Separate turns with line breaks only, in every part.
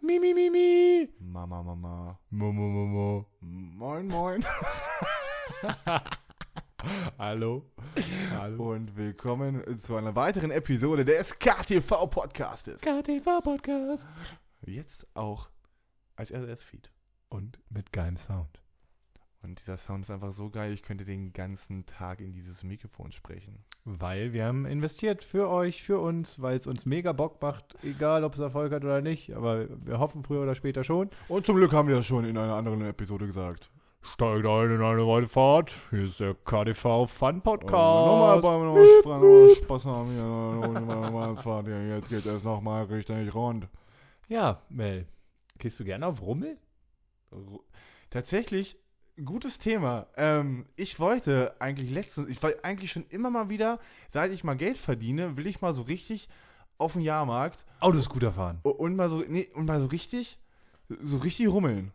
mi, mi, mi.
Mama, Mama.
Mama, Mama.
Moin, moin.
Hallo. Hallo.
Und willkommen zu einer weiteren Episode des KTV-Podcastes.
KTV-Podcast.
Jetzt auch als RSS-Feed.
Und mit geilem Sound.
Und dieser Sound ist einfach so geil, ich könnte den ganzen Tag in dieses Mikrofon sprechen.
Weil wir haben investiert für euch, für uns, weil es uns mega Bock macht, egal ob es Erfolg hat oder nicht, aber wir hoffen früher oder später schon.
Und zum Glück haben wir das schon in einer anderen Episode gesagt.
Steigt ein in eine weite Fahrt. Hier ist der KTV
Äh,
Fun Podcast.
Also Nochmal beim nochmal Spaß- nochmal Spaß haben hier. Nochmal, nochmal Fahrt hier. Jetzt geht es nochmal richtig rund.
ja, Mel. Gehst du gerne auf Rummel?
Ru- Tatsächlich, gutes Thema. Ähm, ich wollte eigentlich letztens, ich wollte eigentlich schon immer mal wieder, seit ich mal Geld verdiene, will ich mal so richtig auf den Jahrmarkt
Autoscooter fahren.
u- und mal so, nee, und mal so richtig, so richtig rummeln.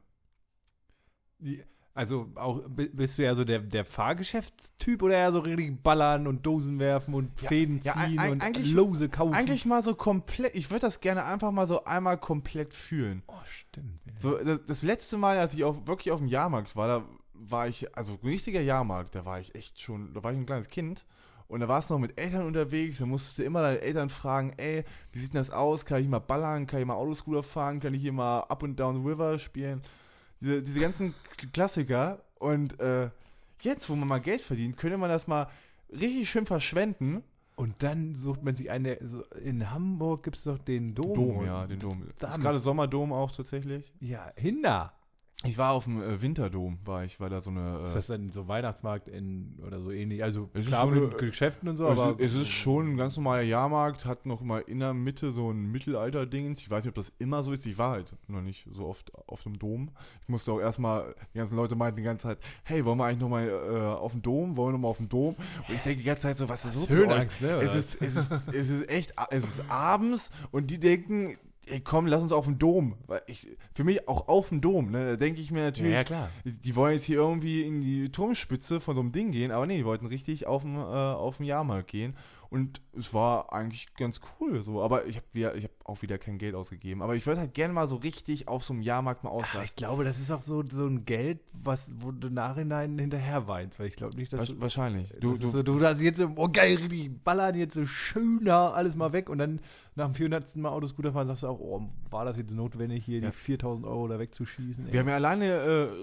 Also auch bi- bist du ja so der, der Fahrgeschäftstyp oder eher so richtig ballern und Dosen werfen und
Ja,
Fäden
ja,
ziehen
eig-
und
eigentlich-
Lose kaufen?
Eigentlich mal so komplett, ich würde das gerne einfach mal so einmal komplett fühlen.
Oh, stimmt. ey.
So, äh, das, das letzte Mal, als ich auf, wirklich auf dem Jahrmarkt war, da war ich, also richtiger Jahrmarkt, da war ich echt schon, da war ich ein kleines Kind und da war es noch mit Eltern unterwegs, da musstest du immer deine Eltern fragen, ey, wie sieht denn das aus, kann ich mal ballern, kann ich mal Autoscooter fahren, kann ich hier mal Up and Down River spielen, diese, diese ganzen K- Klassiker und äh, jetzt, wo man mal Geld verdient, könnte man das mal richtig schön verschwenden.
Und dann sucht man sich eine, so in Hamburg gibt es doch den Dom. und-
Dom.
Da
Das ist
muss-
gerade Sommerdom auch tatsächlich.
Ja, Hinder.
Ich war auf dem äh, Winterdom, war ich, weil da so eine... Äh,
Ist das dann so Weihnachtsmarkt in, oder so ähnlich? Also
Es ist
klar
so
mit
eine-
den Geschäften und so,
Es
aber
ist, es ist schon ein ganz normaler Jahrmarkt, hat noch mal in der Mitte so ein Mittelalter-Dingens. Ich weiß nicht, ob das immer so ist. Ich war halt noch nicht so oft auf dem Dom. Ich musste auch erstmal, die ganzen Leute meinten die ganze Zeit, hey, wollen wir eigentlich noch mal äh, auf den Dom? Wollen wir noch mal auf den Dom? Und ich denke die ganze Zeit so, was ist so mit euch?
ne?
Es ist, es, ist, es ist echt, a- es ist abends und die denken, ey, komm, lass uns auf den Dom. Weil ich, für mich auch auf den Dom, ne? da denke ich mir
ja,
natürlich,
ja, klar.
die wollen jetzt hier irgendwie in die Turmspitze von so einem Ding gehen, aber nee, die wollten richtig auf dem äh, auf dem Jahrmarkt gehen. Und es war eigentlich ganz cool so, aber ich habe ich hab auch wieder kein Geld ausgegeben. Aber ich würde halt gerne mal so richtig auf so einem Jahrmarkt mal
Aber ich
ausrasten.
glaube, das ist auch so, so ein Geld, was, wo du nachhinein hinterher weinst, weil ich glaube nicht, dass
Wa-
du-
wahrscheinlich.
Du,
Du,
das du, ist
du,
so, du hast jetzt so, oh geil, richtig ballern, jetzt so schöner, alles mal weg und dann nach dem 400. Mal Autoscooter fahren sagst du auch, oh, war das jetzt notwendig, hier
Ja.
die 4000 Euro da wegzuschießen? ey?
wir haben ja alleine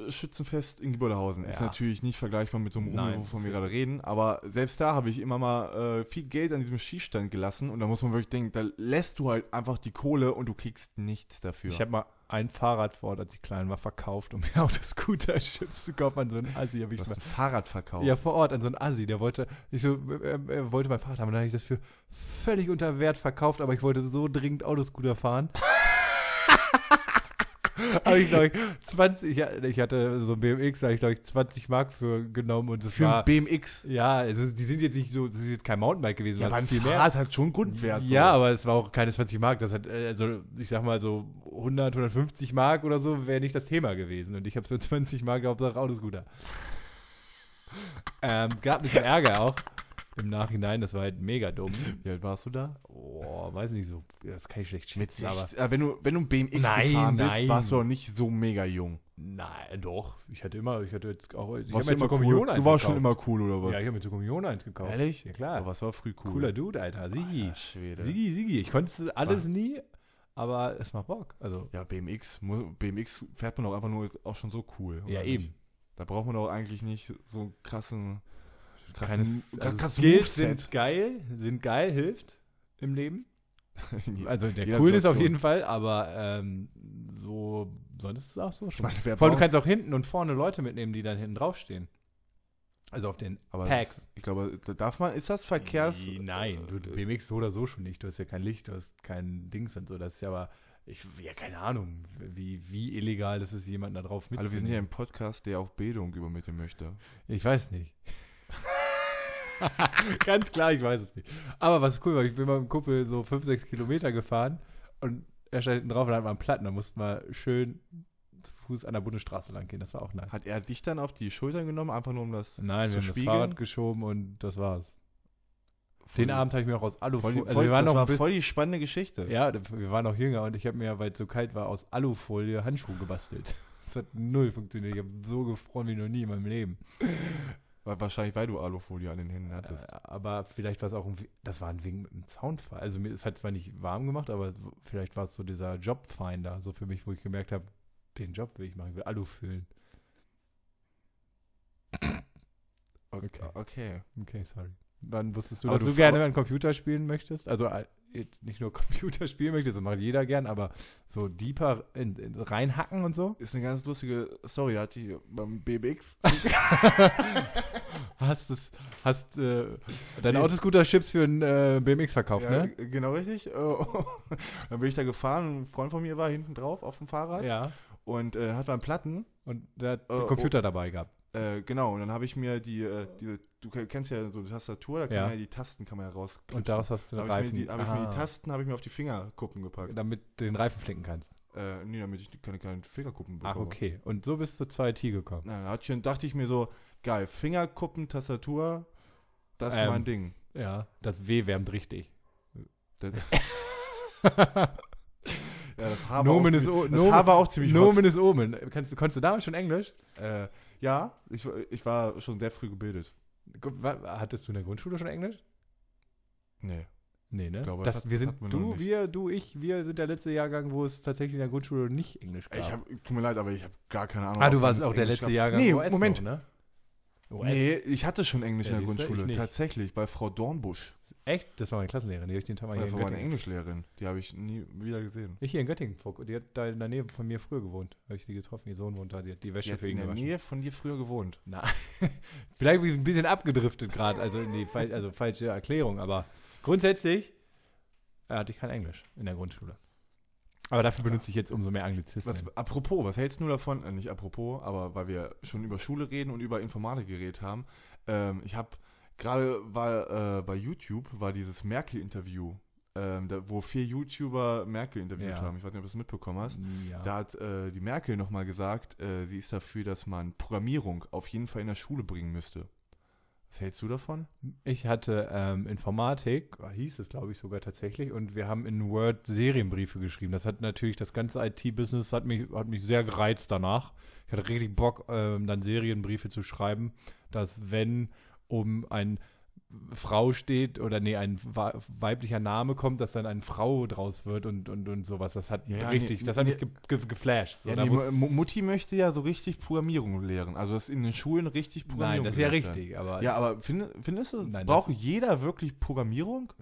äh, Schützenfest in Gebäudehausen. Ist
Ja.
natürlich nicht vergleichbar mit so einem Rummel,
Nein,
wovon
ist
wir gerade reden. Aber selbst da habe ich immer mal äh, viel Geld an diesem Schießstand gelassen. Und da muss man wirklich denken, da lässt du halt einfach die Kohle und du kriegst nichts dafür.
Ich habe mal ein Fahrrad vor, Ort, als ich klein war, verkauft, um mir Autoscooter-Chips zu kaufen an so einen Assi. Hab ich
du hast
mal,
ein Fahrrad verkauft.
ja, vor Ort an so einen Assi, der wollte, ich so, äh, er wollte mein Fahrrad haben und dann habe ich das für völlig unter Wert verkauft, aber ich wollte so dringend Autoscooter fahren. habe ich, glaube ich, 20, ja, ich hatte so ein BMX, da habe ich, glaube ich, 20 Mark für genommen und das
Für
war...
ein BMX.
Ja, also die sind jetzt nicht so, das ist jetzt kein Mountainbike gewesen,
Ja,
das
aber ein
ist viel mehr.
Fahrrad hat schon Grundwert. so.
Ja, aber es war auch keine 20 Mark. Das hat, äh, also ich sag mal so 100, 150 Mark oder so wäre nicht das Thema gewesen. Und ich habe für 20 Mark Hauptsache Autoscooter. ähm, es gab ein bisschen Ärger auch im Nachhinein. Das war halt mega dumm.
Wie alt warst du da?
Oh, weiß nicht so. Das kann ich schlecht schätzen.
Mit
aber
16. Äh, wenn, du, wenn du ein BMX
Nein,
gefahren bist,
nein.
warst du auch nicht so mega jung.
nein, doch. Ich hatte immer, ich hatte jetzt auch, ich
Warst
hab mir zur
cool?
Kommunion
Du
eins
warst schon
gekauft.
immer cool, oder was?
Ja, ich habe mir zur Kommunion eins gekauft.
Ehrlich?
Ja, klar.
Aber was war früh cool? Ah,
Cooler Dude, Alter. Sigi.
Alter Ah. Schwede.
Sigi, Sigi. Ich konnte alles nie, aber es macht Bock. Also,
Ja, BMX, mu- BMX fährt man auch einfach nur, ist auch schon so cool. oder
ja,
nicht?
eben.
Da braucht man doch eigentlich nicht so einen krassen, krassen,
Keines,
krassen
also Skills
Moveset.
sind geil, sind geil, hilft im Leben.
Ja.
Also der
Jeder
cool ist auf
Situation.
jeden Fall, aber ähm, so sonst ist es auch so schon.
meine, wer
Vor allem, du
braucht-
kannst auch hinten und vorne Leute mitnehmen, die dann hinten draufstehen. Also auf den
aber
Packs.
Das, ich glaube, da darf man, ist das Verkehrs...
Nee,
Äh,
Nein, du, du BMX so oder so schon nicht. Du hast ja kein Licht, du hast kein Dings und so. Das ist ja aber, ich, ja, keine Ahnung, wie, wie illegal das ist, jemanden da drauf
Also wir sind ja
mitzunehmen.
im Podcast, der auch Bildung übermitteln möchte.
Ich weiß nicht. Ganz klar, ich weiß es nicht. Aber was cool war, ich bin mal mit dem Kumpel so 5, 6 Kilometer gefahren und er stand hinten drauf und hat mal einen Platten. Da mussten wir schön zu Fuß an der Bundesstraße lang gehen. Das war auch nice.
Hat er dich dann auf die Schultern genommen, einfach nur um das
Nein,
zu
wir haben das
spiegeln?
Fahrrad geschoben und das war's. Den Abend habe ich mir auch aus
Voll,
Alufolie.
die-
Also
voll,
wir waren
das
noch ein
war
bisschen,
voll die spannende Geschichte.
Ja, d- wir waren noch jünger und ich habe mir, weil es so kalt war, aus Alufolie Handschuhe gebastelt. Das hat null funktioniert. Ich habe so gefroren wie noch nie in meinem Leben.
Weil, wahrscheinlich, weil du Alufolie an den Händen hattest.
Äh, aber vielleicht war es auch ein, Wi- das war ein Wink mit dem Zaunfall. Also mir, es hat zwar nicht warm gemacht, aber so- vielleicht war es so dieser Jobfinder, so für mich, wo ich gemerkt habe, den Job will ich machen, ich will Alu füllen. Äh,
okay. okay.
Okay, sorry. Wann wusstest du,
Aber
dass
du
du,
f-
gerne
aber-
an Computer spielen möchtest? Also äh, jetzt nicht nur Computer spielen möchtest, das macht jeder gern, aber so deeper in, in, reinhacken und so?
Ist eine ganz lustige Story, hatte ich beim BMX.
Hast es, hast äh, deine
Nee.
Autoscooter-Chips für einen äh, BMX verkauft,
ja,
ne?
g- Genau richtig. Äh, dann bin ich da gefahren, ein Freund von mir war hinten drauf auf dem Fahrrad
Ja.
und äh, hat dann Platten.
Und der hat
Äh,
einen Computer dabei gehabt.
Äh, genau, und dann habe ich mir die, äh, diese, du ke- kennst ja so eine Tastatur, da kann
Ja.
man ja die Tasten kann man ja rausklippen.
Und daraus hast du einen
habe ich,
Reifen.
mir die- hab ich mir
Ah. Genau.
die Tasten habe ich mir auf die Fingerkuppen gepackt.
damit du den Reifen flicken kannst.
Äh, nee, damit ich keine, keine Fingerkuppen bekomme.
Ach, okay. Und so bist du zur IT gekommen.
Na, da hat schon, dachte ich mir so, geil, Fingerkuppen, Tastatur, das ist
Ähm.
mein Ding.
Ja, das W wärmt richtig.
Ja, das Haar war auch
Nomen
ziemlich,
ist o-
das
Nomen-
Haar war auch ziemlich hot.
Nomen ist Omen. Kannst, du- konntest du damals schon Englisch?
Äh, ja, ich, war- ich war schon sehr früh gebildet.
Gu- wa- Hattest du in der Grundschule schon Englisch?
Nee.
Nee, ne?
Ich glaube,
das,
das hat-
wir
das
sind,
hat man noch
du,
nicht.
wir, du, ich, wir sind der letzte Jahrgang, wo es tatsächlich in der Grundschule nicht Englisch gab.
Ich hab, tut mir leid, aber ich habe gar keine Ahnung.
ah,
ob
du
man
warst
das
auch der
Englisch
letzte
gab.
Jahrgang.
Nee,
wo es
Moment.
Noch, ne? Wo es-
Nee, ich hatte schon Englisch
Ja,
in der
siehste, ich
Grundschule.
nicht.
Tatsächlich, bei Frau Dornbusch.
Echt? Das war meine Klassenlehrerin, die habe ich den Tag mal hier
Das
in
war meine
Göttingen.
Englischlehrerin. Die habe ich nie wieder gesehen.
Ich hier in Göttingen, vor- die hat da in der Nähe von mir früher gewohnt. Habe ich sie getroffen, ihr Sohn wohnt da, die hat die Wäsche
Die hat
für ihn
in der
gewaschen.
Nähe von dir früher gewohnt.
Na, vielleicht bin ich ein bisschen abgedriftet gerade, also in die fal- also falsche Erklärung, aber grundsätzlich äh, hatte ich kein Englisch in der Grundschule. Aber dafür benutze ich jetzt umso mehr Anglizismen.
Was, apropos, was hältst du davon? Äh, nicht apropos, aber weil wir schon über Schule reden und über Informatik geredet haben. Ähm, ich habe gerade war äh, bei YouTube war dieses Merkel-Interview, ähm, da, wo vier YouTuber Merkel interviewt
Ja.
haben. Ich weiß nicht, ob du das mitbekommen hast.
ja.
Da hat äh, die Merkel nochmal gesagt, äh, sie ist dafür, dass man Programmierung auf jeden Fall in der Schule bringen müsste. Was hältst du davon?
Ich hatte ähm, Informatik, hieß es glaube ich sogar tatsächlich, und wir haben in Word Serienbriefe geschrieben. Das hat natürlich das ganze IT-Business hat mich, hat mich sehr gereizt danach. Ich hatte richtig Bock, ähm, dann Serienbriefe zu schreiben, dass wenn um ein Frau steht oder nee, ein wa- weiblicher Name kommt, dass dann eine Frau draus wird und, und, und sowas. Das hat
Ja, ja,
richtig,
nee,
das hat
nee.
mich ge ge geflasht. So,
ja,
da
nee,
muss-
Mu- Mutti möchte ja so richtig Programmierung lehren. Also, dass in den Schulen richtig
nein,
Programmierung
das ist ja
gelehrt wird.
richtig, aber
Ja, aber find, findest du,
Nein,
braucht jeder wirklich Programmierung?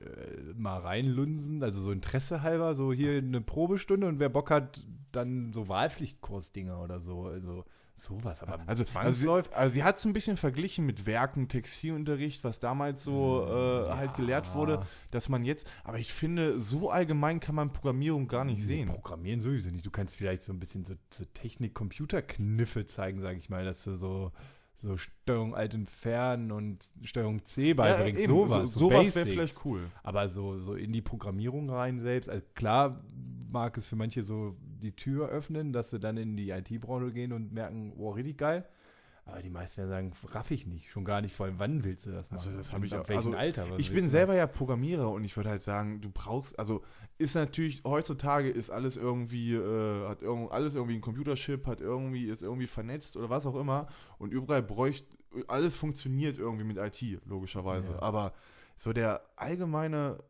äh, mal reinlunsen, also so Interesse halber, so hier eine Probestunde und wer Bock hat, dann so Wahlpflichtkursdinger oder so, also sowas, aber
Also, also, sie,
zwangsläufig.
also sie hat es ein bisschen verglichen mit Werken, Textilunterricht, was damals so
Hm,
äh, halt gelehrt wurde, dass man jetzt, aber ich finde, so allgemein kann man Programmierung gar
Hm,
nicht sehen.
also Programmieren sowieso nicht. Du kannst vielleicht so ein bisschen so, so Technik-Computerkniffe zeigen, sage ich mal, dass du so, so Steuerung alt entfernen und Steuerung C beibringst.
eben,
sowas.
so, sowas wäre
Basics.
vielleicht cool.
Aber so, so in die Programmierung rein selbst, also klar mag es für manche so die Tür öffnen, dass sie dann in die IT-Branche gehen und merken, wow, richtig geil. Aber die meisten werden sagen, raff ich nicht, schon gar nicht, vor allem wann willst du das machen?
Also das
Und
habe ich
ab
auch-
welchem
also
Alter? Was
Ich
willst
bin
du
selber ja Programmierer und ich würde halt sagen, du brauchst, also ist natürlich, heutzutage ist alles irgendwie, äh, hat irgend, alles irgendwie einen Computerchip, hat irgendwie, ist irgendwie vernetzt oder was auch immer und überall bräucht, alles funktioniert irgendwie mit IT, logischerweise.
Ja.
Aber so der allgemeine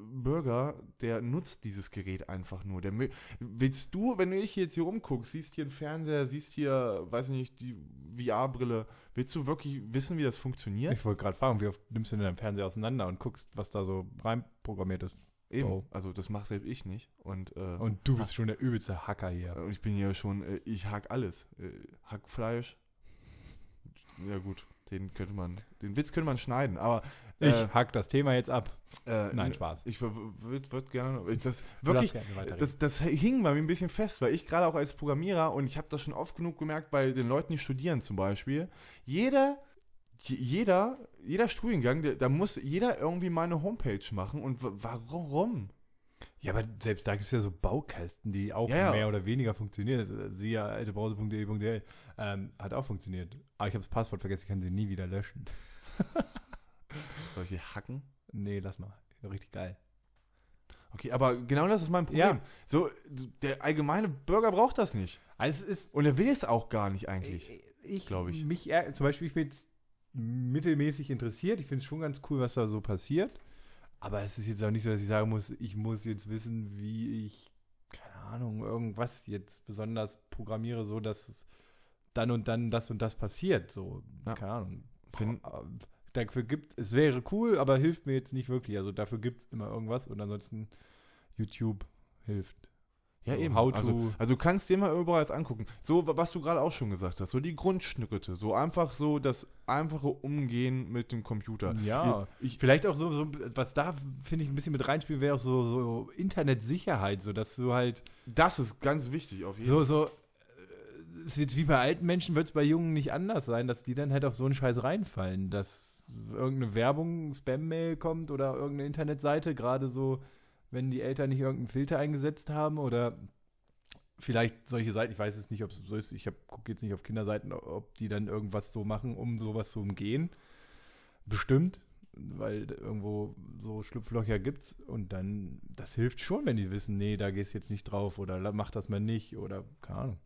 Bürger, der nutzt dieses Gerät einfach nur. Der, mö- willst du, wenn du dich jetzt hier rumguckst, siehst hier einen Fernseher, siehst hier, weiß nicht, die VR-Brille, willst du wirklich wissen, wie das funktioniert?
machen? Ich wollte gerade fragen, wie oft nimmst du denn deinen Fernseher auseinander und guckst, was da so reinprogrammiert ist?
Eben.
So.
Also das mache selbst ich nicht. Und, äh, und
Und du bist schon der übelste Hacker hier.
ich bin ja schon, äh, ich hack alles. Äh, hack Fleisch. Ja gut, den könnte man, den Witz könnte man schneiden, aber
Ich
äh,
hack das Thema jetzt ab.
äh,
Nein, Spaß.
Ich würde würd gerne, ich- das
Du
wirklich,
darfst gerne weiterreden.
das, das hing bei mir ein bisschen fest, weil ich gerade auch als Programmierer und ich habe das schon oft genug gemerkt bei den Leuten, die studieren zum Beispiel, jeder, je- jeder, jeder Studiengang, der- da muss jeder irgendwie mal eine Homepage machen und wa- warum?
Ja, aber selbst da gibt es ja so Baukästen, die auch
Ja, ja.
mehr oder weniger funktionieren. Also, Siehe ja, altebrause.de.de ähm, hat auch funktioniert. Aber ich habe das Passwort vergessen, ich kann sie nie wieder löschen.
Soll ich die hacken?
Nee, lass mal. Richtig geil.
Okay, aber genau das ist mein Problem.
Ja.
So, der allgemeine Bürger braucht das nicht.
Also es ist äh,
Und er will es auch gar nicht eigentlich.
ich
glaub ich.
Mich eher, zum Beispiel, ich bin jetzt mittelmäßig interessiert. Ich finde es schon ganz cool, was da so passiert. Aber es ist jetzt auch nicht so, dass ich sagen muss, ich muss jetzt wissen, wie ich, keine Ahnung, irgendwas jetzt besonders programmiere, so dass es dann und dann das und das passiert. So,
Ja.
keine Ahnung.
Fin-
Boah, aber Äh, Dafür gibt es wäre cool, aber hilft mir jetzt nicht wirklich. Also dafür gibt es immer irgendwas und ansonsten YouTube hilft. So, How to,
Also, also du kannst dir mal überall jetzt angucken. So, wa- was du gerade auch schon gesagt hast, so die Grundschnitte, so einfach so das einfache Umgehen mit dem Computer.
ja.
Ich,
Vielleicht auch so, so was da finde ich ein bisschen mit reinspielen, wäre auch so, so Internetsicherheit, so dass du halt
das ist ganz wichtig auf jeden Fall.
so, so, äh, es wird wie bei alten Menschen, wird es bei Jungen nicht anders sein, dass die dann halt auf so einen Scheiß reinfallen, dass irgendeine Werbung, Spam-Mail kommt oder irgendeine Internetseite, gerade so, wenn die Eltern nicht irgendeinen Filter eingesetzt haben oder vielleicht solche Seiten, ich weiß es nicht, ob es so ist, ich gucke jetzt nicht auf Kinderseiten, ob die dann irgendwas so machen, um sowas zu umgehen. Bestimmt, weil irgendwo so Schlupflöcher gibt's und dann, das hilft schon, wenn die wissen, nee, da gehst jetzt nicht drauf oder la- mach das mal nicht oder keine Ahnung.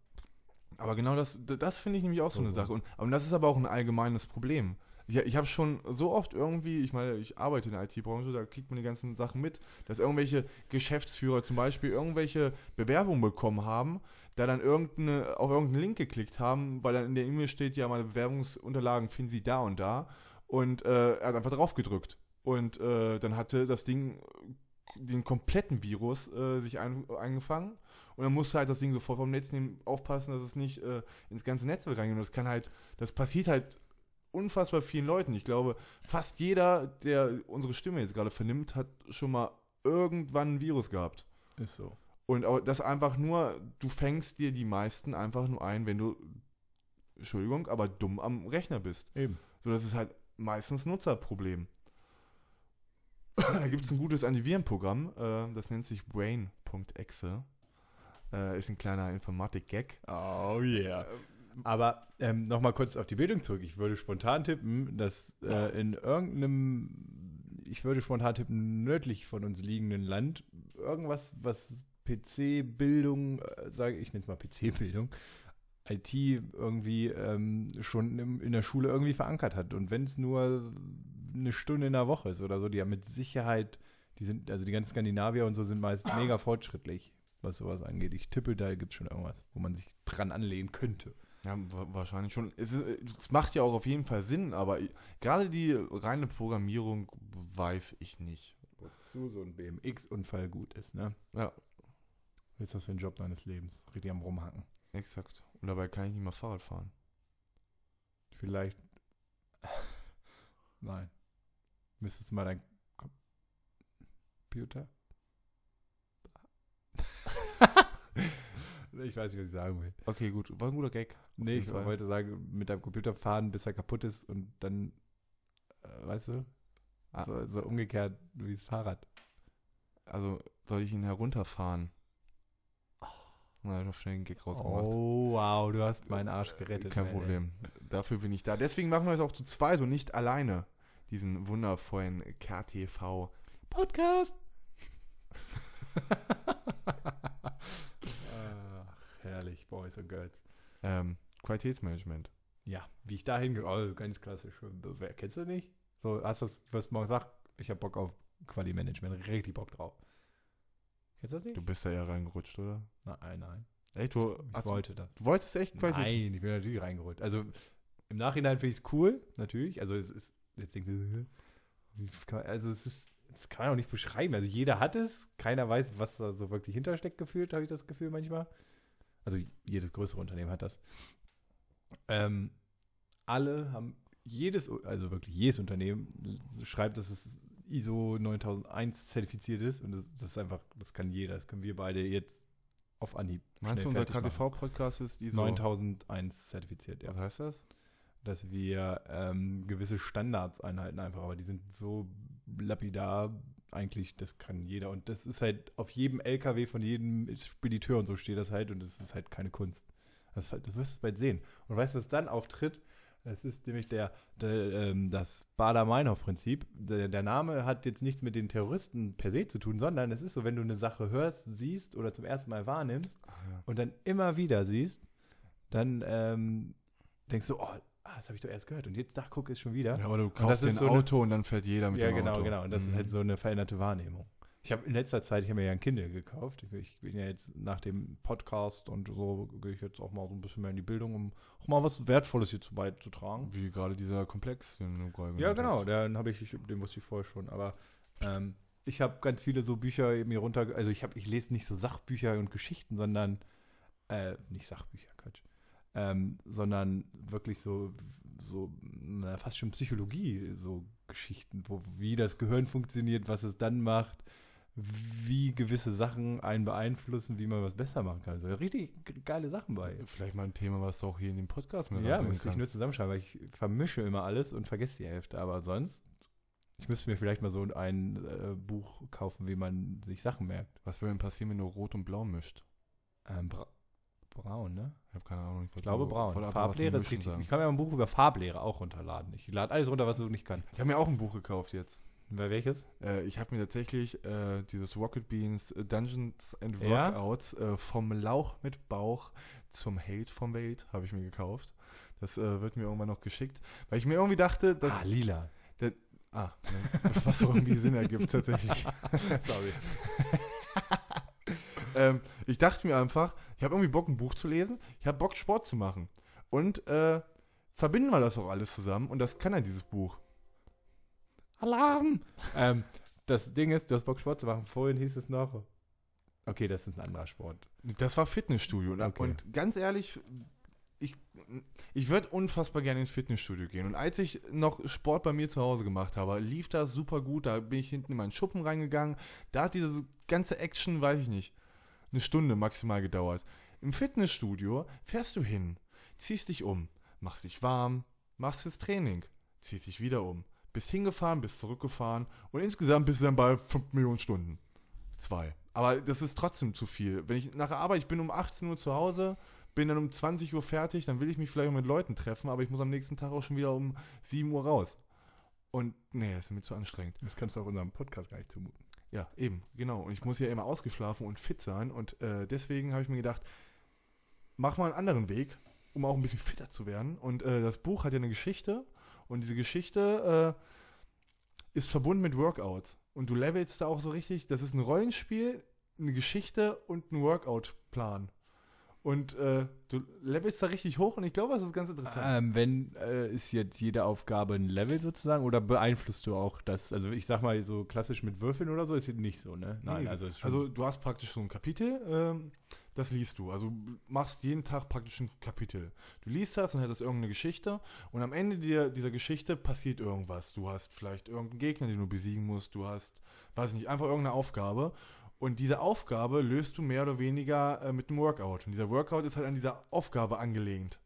Aber genau das, d- das finde ich nämlich auch so,
So,
eine
so.
Sache. Und, und das ist aber auch ein allgemeines Problem. Ich, ich habe schon so oft irgendwie, ich meine, ich arbeite in der IT-Branche, da kriegt man die ganzen Sachen mit, dass irgendwelche Geschäftsführer zum Beispiel irgendwelche Bewerbungen bekommen haben, da dann irgendeine, auf irgendeinen Link geklickt haben, weil dann in der E-Mail steht, ja, meine Bewerbungsunterlagen finden Sie da und da. Und äh, er hat einfach drauf gedrückt. Und äh, dann hatte das Ding äh, den kompletten Virus äh, sich ein, eingefangen. Und dann musst du halt das Ding sofort vom Netz nehmen, aufpassen, dass es nicht äh, ins ganze Netzwerk reingeht. Und das kann halt, das passiert halt unfassbar vielen Leuten. Ich glaube, fast jeder, der unsere Stimme jetzt gerade vernimmt, hat schon mal irgendwann ein Virus gehabt.
Ist so.
Und auch das einfach nur, du fängst dir die meisten einfach nur ein, wenn du, Entschuldigung, aber dumm am Rechner bist.
Eben.
So, das ist halt meistens ein Nutzerproblem. Ah, da gibt es ein gutes Antivirenprogramm, äh, das nennt sich Brain.exe. Äh, ist ein kleiner Informatik-Gag.
Oh yeah. Aber ähm, nochmal kurz auf die Bildung zurück. Ich würde spontan tippen, dass äh, in irgendeinem, ich würde spontan tippen, nördlich von uns liegenden Land irgendwas, was PC-Bildung, äh, sage ich, nenne es mal PC-Bildung, IT irgendwie ähm, schon im, in der Schule irgendwie verankert hat. Und wenn es nur eine Stunde in der Woche ist oder so, die haben mit Sicherheit, die sind, also die ganzen Skandinavier und so sind meist mega fortschrittlich, was sowas angeht. Ich tippe, da gibt es schon irgendwas, wo man sich dran anlehnen könnte.
Ja, wa- wahrscheinlich schon. Es, ist, es macht ja auch auf jeden Fall Sinn, aber i- gerade die reine Programmierung weiß ich nicht.
Wozu so ein BMX-Unfall gut ist, ne?
Ja.
Jetzt hast du den Job deines Lebens. Richtig am Rumhacken.
Exakt. Und dabei kann ich nicht mal Fahrrad fahren.
Vielleicht. Nein. Müsstest du mal dein Kom- Computer. ich weiß nicht, was ich sagen will.
Okay, gut. War ein guter Gag.
Nee,
jeden
ich
Fall.
wollte sagen, mit deinem Computer fahren, bis er kaputt ist und dann, äh, weißt du,
Ah.
so, so um umgekehrt wie das Fahrrad.
Also soll ich ihn herunterfahren? Na, ich hab noch schnell einen Gag rausgemacht.
Oh, wow, du hast meinen Arsch gerettet.
Kein
Alter.
Problem. Dafür bin ich da. Deswegen machen wir es auch zu zweit und nicht alleine. Diesen wundervollen KTV.
Podcast. Ach, herrlich, Boys und Girls.
Ähm, Qualitätsmanagement.
Ja, wie ich da hinge... Oh, ganz klassisch. Wer kennst du nicht? So, hast du das, was morgen gesagt? Ich hab Bock auf Quali-Management, richtig Bock drauf. Kennst du das nicht?
Du bist da eher reingerutscht, oder?
nein, nein.
Echt? Du,
Ich
hast,
wollte das.
du wolltest echt Qualitätsmanagement?
Nein, ich bin natürlich reingeholt. Also im Nachhinein finde ich es cool, natürlich. Also es ist, jetzt denkst du, wie kann man, also es ist, das kann man auch nicht beschreiben. Also jeder hat es, keiner weiß, was da so wirklich hintersteckt gefühlt, habe ich das Gefühl manchmal. Also jedes größere Unternehmen hat das. Ähm, alle haben jedes, also wirklich jedes Unternehmen schreibt, dass es ISO 9001 zertifiziert ist und das, das ist einfach, das kann jeder, das können wir beide jetzt auf Anhieb.
Meinst du,
schnell
unser
fertig machen.
KTV-Podcast ist ISO?
9001 zertifiziert, ja.
Was heißt das?
Dass wir ähm, gewisse Standards einhalten einfach, aber die sind so lapidar eigentlich, das kann jeder. Und das ist halt auf jedem LKW von jedem Spediteur und so steht das halt und das ist halt keine Kunst. Das, ist halt, das wirst du bald sehen. Und weißt du, was dann auftritt? Es ist nämlich der, der ähm, das Bader-Meinhof-Prinzip. Der, der Name hat jetzt nichts mit den Terroristen per se zu tun, sondern es ist so, wenn du eine Sache hörst, siehst oder zum ersten Mal wahrnimmst
ja.
und dann immer wieder siehst, dann ähm, denkst du, oh, ah, das habe ich doch erst gehört und jetzt da guck ich schon wieder.
Ja, aber du
das
kaufst dir
ist
ein
so eine-
Auto und dann fährt jeder mit
ja,
dem
genau,
Auto.
genau. Und das ist
Mhm.
halt so eine veränderte Wahrnehmung. Ich habe in letzter Zeit, ich habe mir ja ein Kindle gekauft. Ich- Ich bin ja jetzt nach dem Podcast und so gehe ich jetzt auch mal so ein bisschen mehr in die Bildung, um auch mal was Wertvolles hierzu beizutragen.
Wie gerade dieser Komplex, den du gerade
Ja,
genannt
genau,
hast.
den habe ich, ich, den wusste ich vorher schon, aber ähm, ich habe ganz viele so Bücher mir runter, also ich habe, ich lese nicht so Sachbücher und Geschichten, sondern äh, nicht Sachbücher, Quatsch, ähm, sondern wirklich so, so na, fast schon Psychologie, so Geschichten, wo, wie das Gehirn funktioniert, was es dann macht, wie gewisse Sachen einen beeinflussen, wie man was besser machen kann. So richtig geile Sachen bei.
Vielleicht mal ein Thema, was du auch hier in dem Podcast mit
Ja,
reinbringen
müsste ich nur zusammenschreiben, weil ich vermische immer alles und vergesse die Hälfte. Aber sonst, ich müsste mir vielleicht mal so ein äh, Buch kaufen, wie man sich Sachen merkt.
Was würde denn passieren, wenn du Rot und Blau mischt?
Ähm, bra braun, ne? Oh,
Ich habe keine Ahnung.
Ich glaube braun. Farblehre ist richtig. Ich kann mir ein Buch über Farblehre auch runterladen. Ich lade alles runter, was du nicht kannst.
Ich habe mir auch ein Buch gekauft jetzt.
Bei welches?
Äh, ich habe mir tatsächlich äh, dieses Rocket Beans äh, Dungeons and
Ja?
Workouts äh, vom Lauch mit Bauch zum Hate vom Welt habe ich mir gekauft. Das äh, wird mir irgendwann noch geschickt, weil ich mir irgendwie dachte, dass
lila.
ah, ne, was auch irgendwie Sinn ergibt tatsächlich.
Sorry.
ähm, ich dachte mir einfach, ich habe irgendwie Bock ein Buch zu lesen, ich habe Bock Sport zu machen und äh, verbinden wir das auch alles zusammen und das kann ja dieses Buch.
Alarm! ähm, das Ding ist, du hast Bock, Sport zu machen. Vorhin hieß es noch. Okay, das ist ein anderer Sport.
Das war Fitnessstudio. Und,
Okay.
und ganz ehrlich, ich, ich würde unfassbar gerne ins Fitnessstudio gehen. Und als ich noch Sport bei mir zu Hause gemacht habe, lief das super gut. Da bin ich hinten in meinen Schuppen reingegangen. Da hat diese ganze Action, weiß ich nicht, eine Stunde maximal gedauert. Im Fitnessstudio fährst du hin, ziehst dich um, machst dich warm, machst das Training, ziehst dich wieder um. Bist hingefahren, bist zurückgefahren und insgesamt bist du dann bei 5 Millionen Stunden. Zwei. Aber das ist trotzdem zu viel. Wenn ich nach der Arbeit, ich bin um 18 Uhr zu Hause, bin dann um 20 Uhr fertig, dann will ich mich vielleicht auch mit Leuten treffen, aber ich muss am nächsten Tag auch schon wieder um 7 Uhr raus. Und nee, das ist mir zu anstrengend.
Das kannst du auch unserem Podcast gar nicht zumuten.
Ja, eben, genau. Und ich muss ja immer ausgeschlafen und fit sein. Und äh, deswegen habe ich mir gedacht, mach mal einen anderen Weg, um auch ein bisschen fitter zu werden. Und äh, das Buch hat ja eine Geschichte. Und diese Geschichte äh, ist verbunden mit Workouts. Und du levelst da auch so richtig. Das ist ein Rollenspiel, eine Geschichte und ein Workout-Plan. Und äh, du levelst da richtig hoch. Und ich glaube, das ist ganz interessant.
Ähm, wenn äh, ist jetzt jede Aufgabe ein Level sozusagen oder beeinflusst du auch das? Also ich sag mal so klassisch mit Würfeln oder so ist jetzt nicht so, ne?
Nee,
Nein,
nee.
also ist schon
Also du hast praktisch so ein Kapitel, ähm, das liest du. Also du machst jeden Tag praktisch ein Kapitel. Du liest das, dann hat das irgendeine Geschichte und am Ende dir, dieser Geschichte passiert irgendwas. Du hast vielleicht irgendeinen Gegner, den du besiegen musst. Du hast, weiß ich nicht, einfach irgendeine Aufgabe. Und diese Aufgabe löst du mehr oder weniger äh, mit einem Workout. Und dieser Workout ist halt an dieser Aufgabe angelehnt.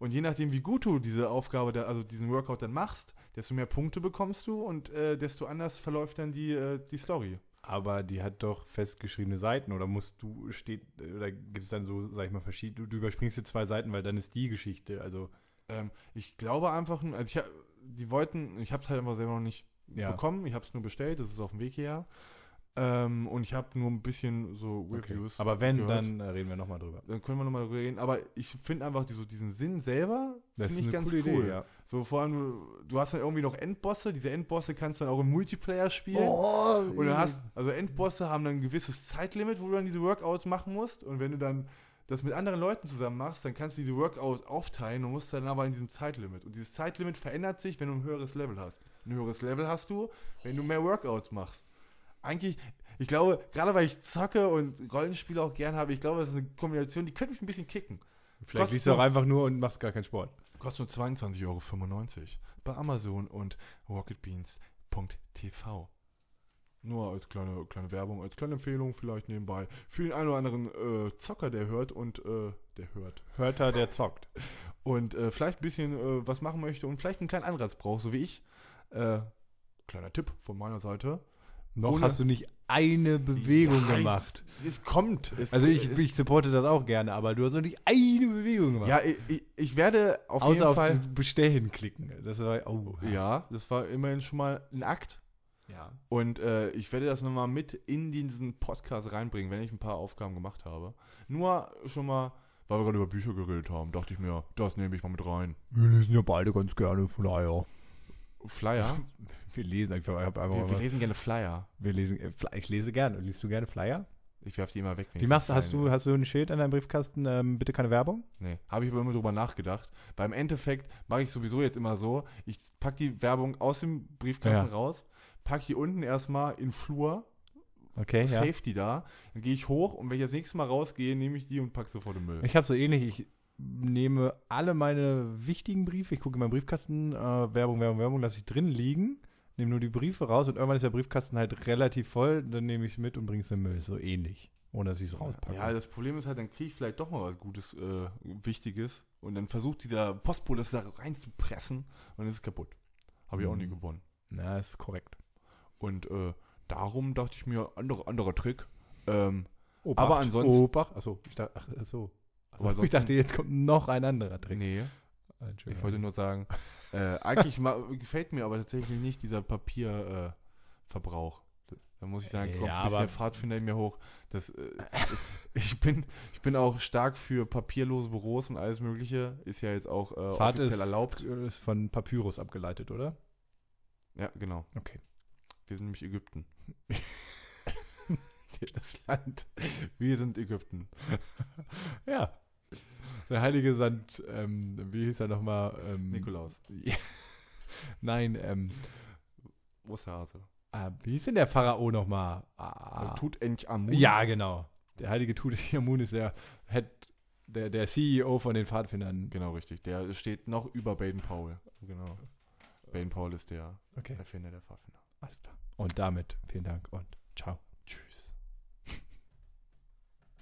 Und je nachdem, wie gut du diese Aufgabe, da, also diesen Workout dann machst, desto mehr Punkte bekommst du und äh, desto anders verläuft dann die, äh, die Story.
aber die hat doch festgeschriebene Seiten oder musst du steht oder gibt es dann so, sag ich mal, verschiedene du, du überspringst jetzt zwei Seiten, weil dann ist die Geschichte, also
Ähm, ich glaube einfach, nur- also ich, ha- die wollten, ich habe es halt einfach selber noch nicht
Ja.
bekommen, ich habe es nur bestellt, das ist auf dem Weg hierher. Ähm, und ich habe nur ein bisschen so Reviews.
Aber wenn
gehört.
dann äh, reden wir noch mal drüber.
Dann können wir nochmal darüber reden. Aber ich finde einfach die, so diesen Sinn selber, finde ich
eine
ganz
coole
cool.
Idee, ja.
So vor allem, du, du hast dann irgendwie noch Endbosse, diese Endbosse kannst du dann auch im Multiplayer spielen.
Oh,
Und dann hast, also Endbosse haben dann ein gewisses Zeitlimit, wo du dann diese Workouts machen musst. Und wenn du dann das mit anderen Leuten zusammen machst, dann kannst du diese Workouts aufteilen und musst dann aber in diesem Zeitlimit. Und dieses Zeitlimit verändert sich, wenn du ein höheres Level hast. Ein höheres Level hast du, wenn du mehr Workouts machst. Eigentlich, ich glaube, gerade weil ich zocke und Rollenspiele auch gern habe, ich glaube, das ist eine Kombination, die könnte mich ein bisschen kicken.
vielleicht liest du auch einfach nur und machst gar keinen Sport.
Kostet nur 22,95 Euro bei Amazon und rocketbeans.tv. Nur als kleine, kleine Werbung, als kleine Empfehlung vielleicht nebenbei. Für den einen oder anderen äh, Zocker, der hört und äh, der hört.
Hört er, der zockt.
Und äh, vielleicht ein bisschen äh, was machen möchte und vielleicht einen kleinen Anreiz braucht, so wie ich. Äh, kleiner Tipp von meiner Seite.
Noch
Ohne-
hast du nicht eine Bewegung
Ja,
gemacht.
Es, es kommt. Es,
Also ich,
es,
ich supporte das auch gerne, aber du hast noch nicht eine Bewegung gemacht.
Ja, ich, ich, ich werde auf
Außer
jeden
auf
Fall.
dieses Bestellen klicken. Das war, oh,
Ja, das war immerhin schon mal ein Akt.
ja.
Und äh, ich werde das nochmal mit in diesen Podcast reinbringen, wenn ich ein paar Aufgaben gemacht habe. Nur schon mal, weil wir gerade über Bücher geredet haben, dachte ich mir, das nehme ich mal mit rein.
Wir lesen ja beide ganz gerne Flyer.
Flyer?
Wir lesen einfach, ich hab einfach
Wir, wir
was-
lesen gerne Flyer.
wir lesen, äh, Fly- ich lese gerne. Liest du gerne Flyer?
Ich werfe die immer weg. wenn
Wie
ich
machst
so
du, hast
klein-
du, hast du ein Schild an deinem Briefkasten, ähm, bitte keine Werbung?
Nee, habe ich aber immer drüber nachgedacht. Beim Endeffekt mache ich sowieso jetzt immer so, ich packe die Werbung aus dem Briefkasten
Ja.
raus, packe die unten erstmal in den Flur,
Okay, ja.
Safety da, dann gehe ich hoch und wenn ich das nächste Mal rausgehe, nehme ich die und packe sofort im Müll.
Ich habe so ähnlich. Ich nehme alle meine wichtigen Briefe, ich gucke in meinen Briefkasten, äh, Werbung, Werbung, Werbung, lasse ich drin liegen, nehme nur die Briefe raus und irgendwann ist der Briefkasten halt relativ voll, dann nehme ich es mit und bringe es in den Müll. Ist So ähnlich. Ohne dass ich es rauspacke.
Ja, das Problem ist halt, dann kriege ich vielleicht doch mal was Gutes, äh, Wichtiges und dann versucht dieser Postbote das da reinzupressen und dann ist es kaputt. Habe ich auch
Mhm.
nie gewonnen.
Na, ist korrekt.
Und äh, darum dachte ich mir, andere, anderer Trick. Ähm,
Obacht.
Aber ansonsten-
Obacht. Achso, ich dachte, ach, ach so.
aber
Ich
ansonsten-
dachte, jetzt kommt noch ein anderer Trick.
nee,
Ah,
ich
Entschuldigung.
wollte nur sagen, äh, eigentlich ma gefällt mir aber tatsächlich nicht dieser Papierverbrauch. Äh, Verbrauch. da muss ich sagen, komm,
Ja,
ein bisschen
aber-
Pfadfinder in mir hoch. Das, äh, ich, bin, ich bin auch stark für papierlose Büros und alles Mögliche. Ist ja jetzt auch äh,
Fahrt
offiziell
ist,
erlaubt.
ist von Papyrus abgeleitet, oder?
Ja, genau.
Okay.
Wir sind nämlich Ägypten. das Land. Wir sind Ägypten.
Ja. Der heilige Sand, ähm, wie hieß er nochmal? Ähm,
Nikolaus.
Nein, ähm,
Wo ist der Hase?
Ah, wie hieß denn der Pharao nochmal? Ah,
Tut endlich am
ja, genau. Der heilige Tutanchamun ist der, Head, der, der CEO von den Pfadfindern.
Genau, richtig. Der steht noch über Baden-Powell. Genau. Baden-Powell ist der
Okay,
Erfinder der Pfadfinder.
alles klar. Und damit vielen Dank und ciao.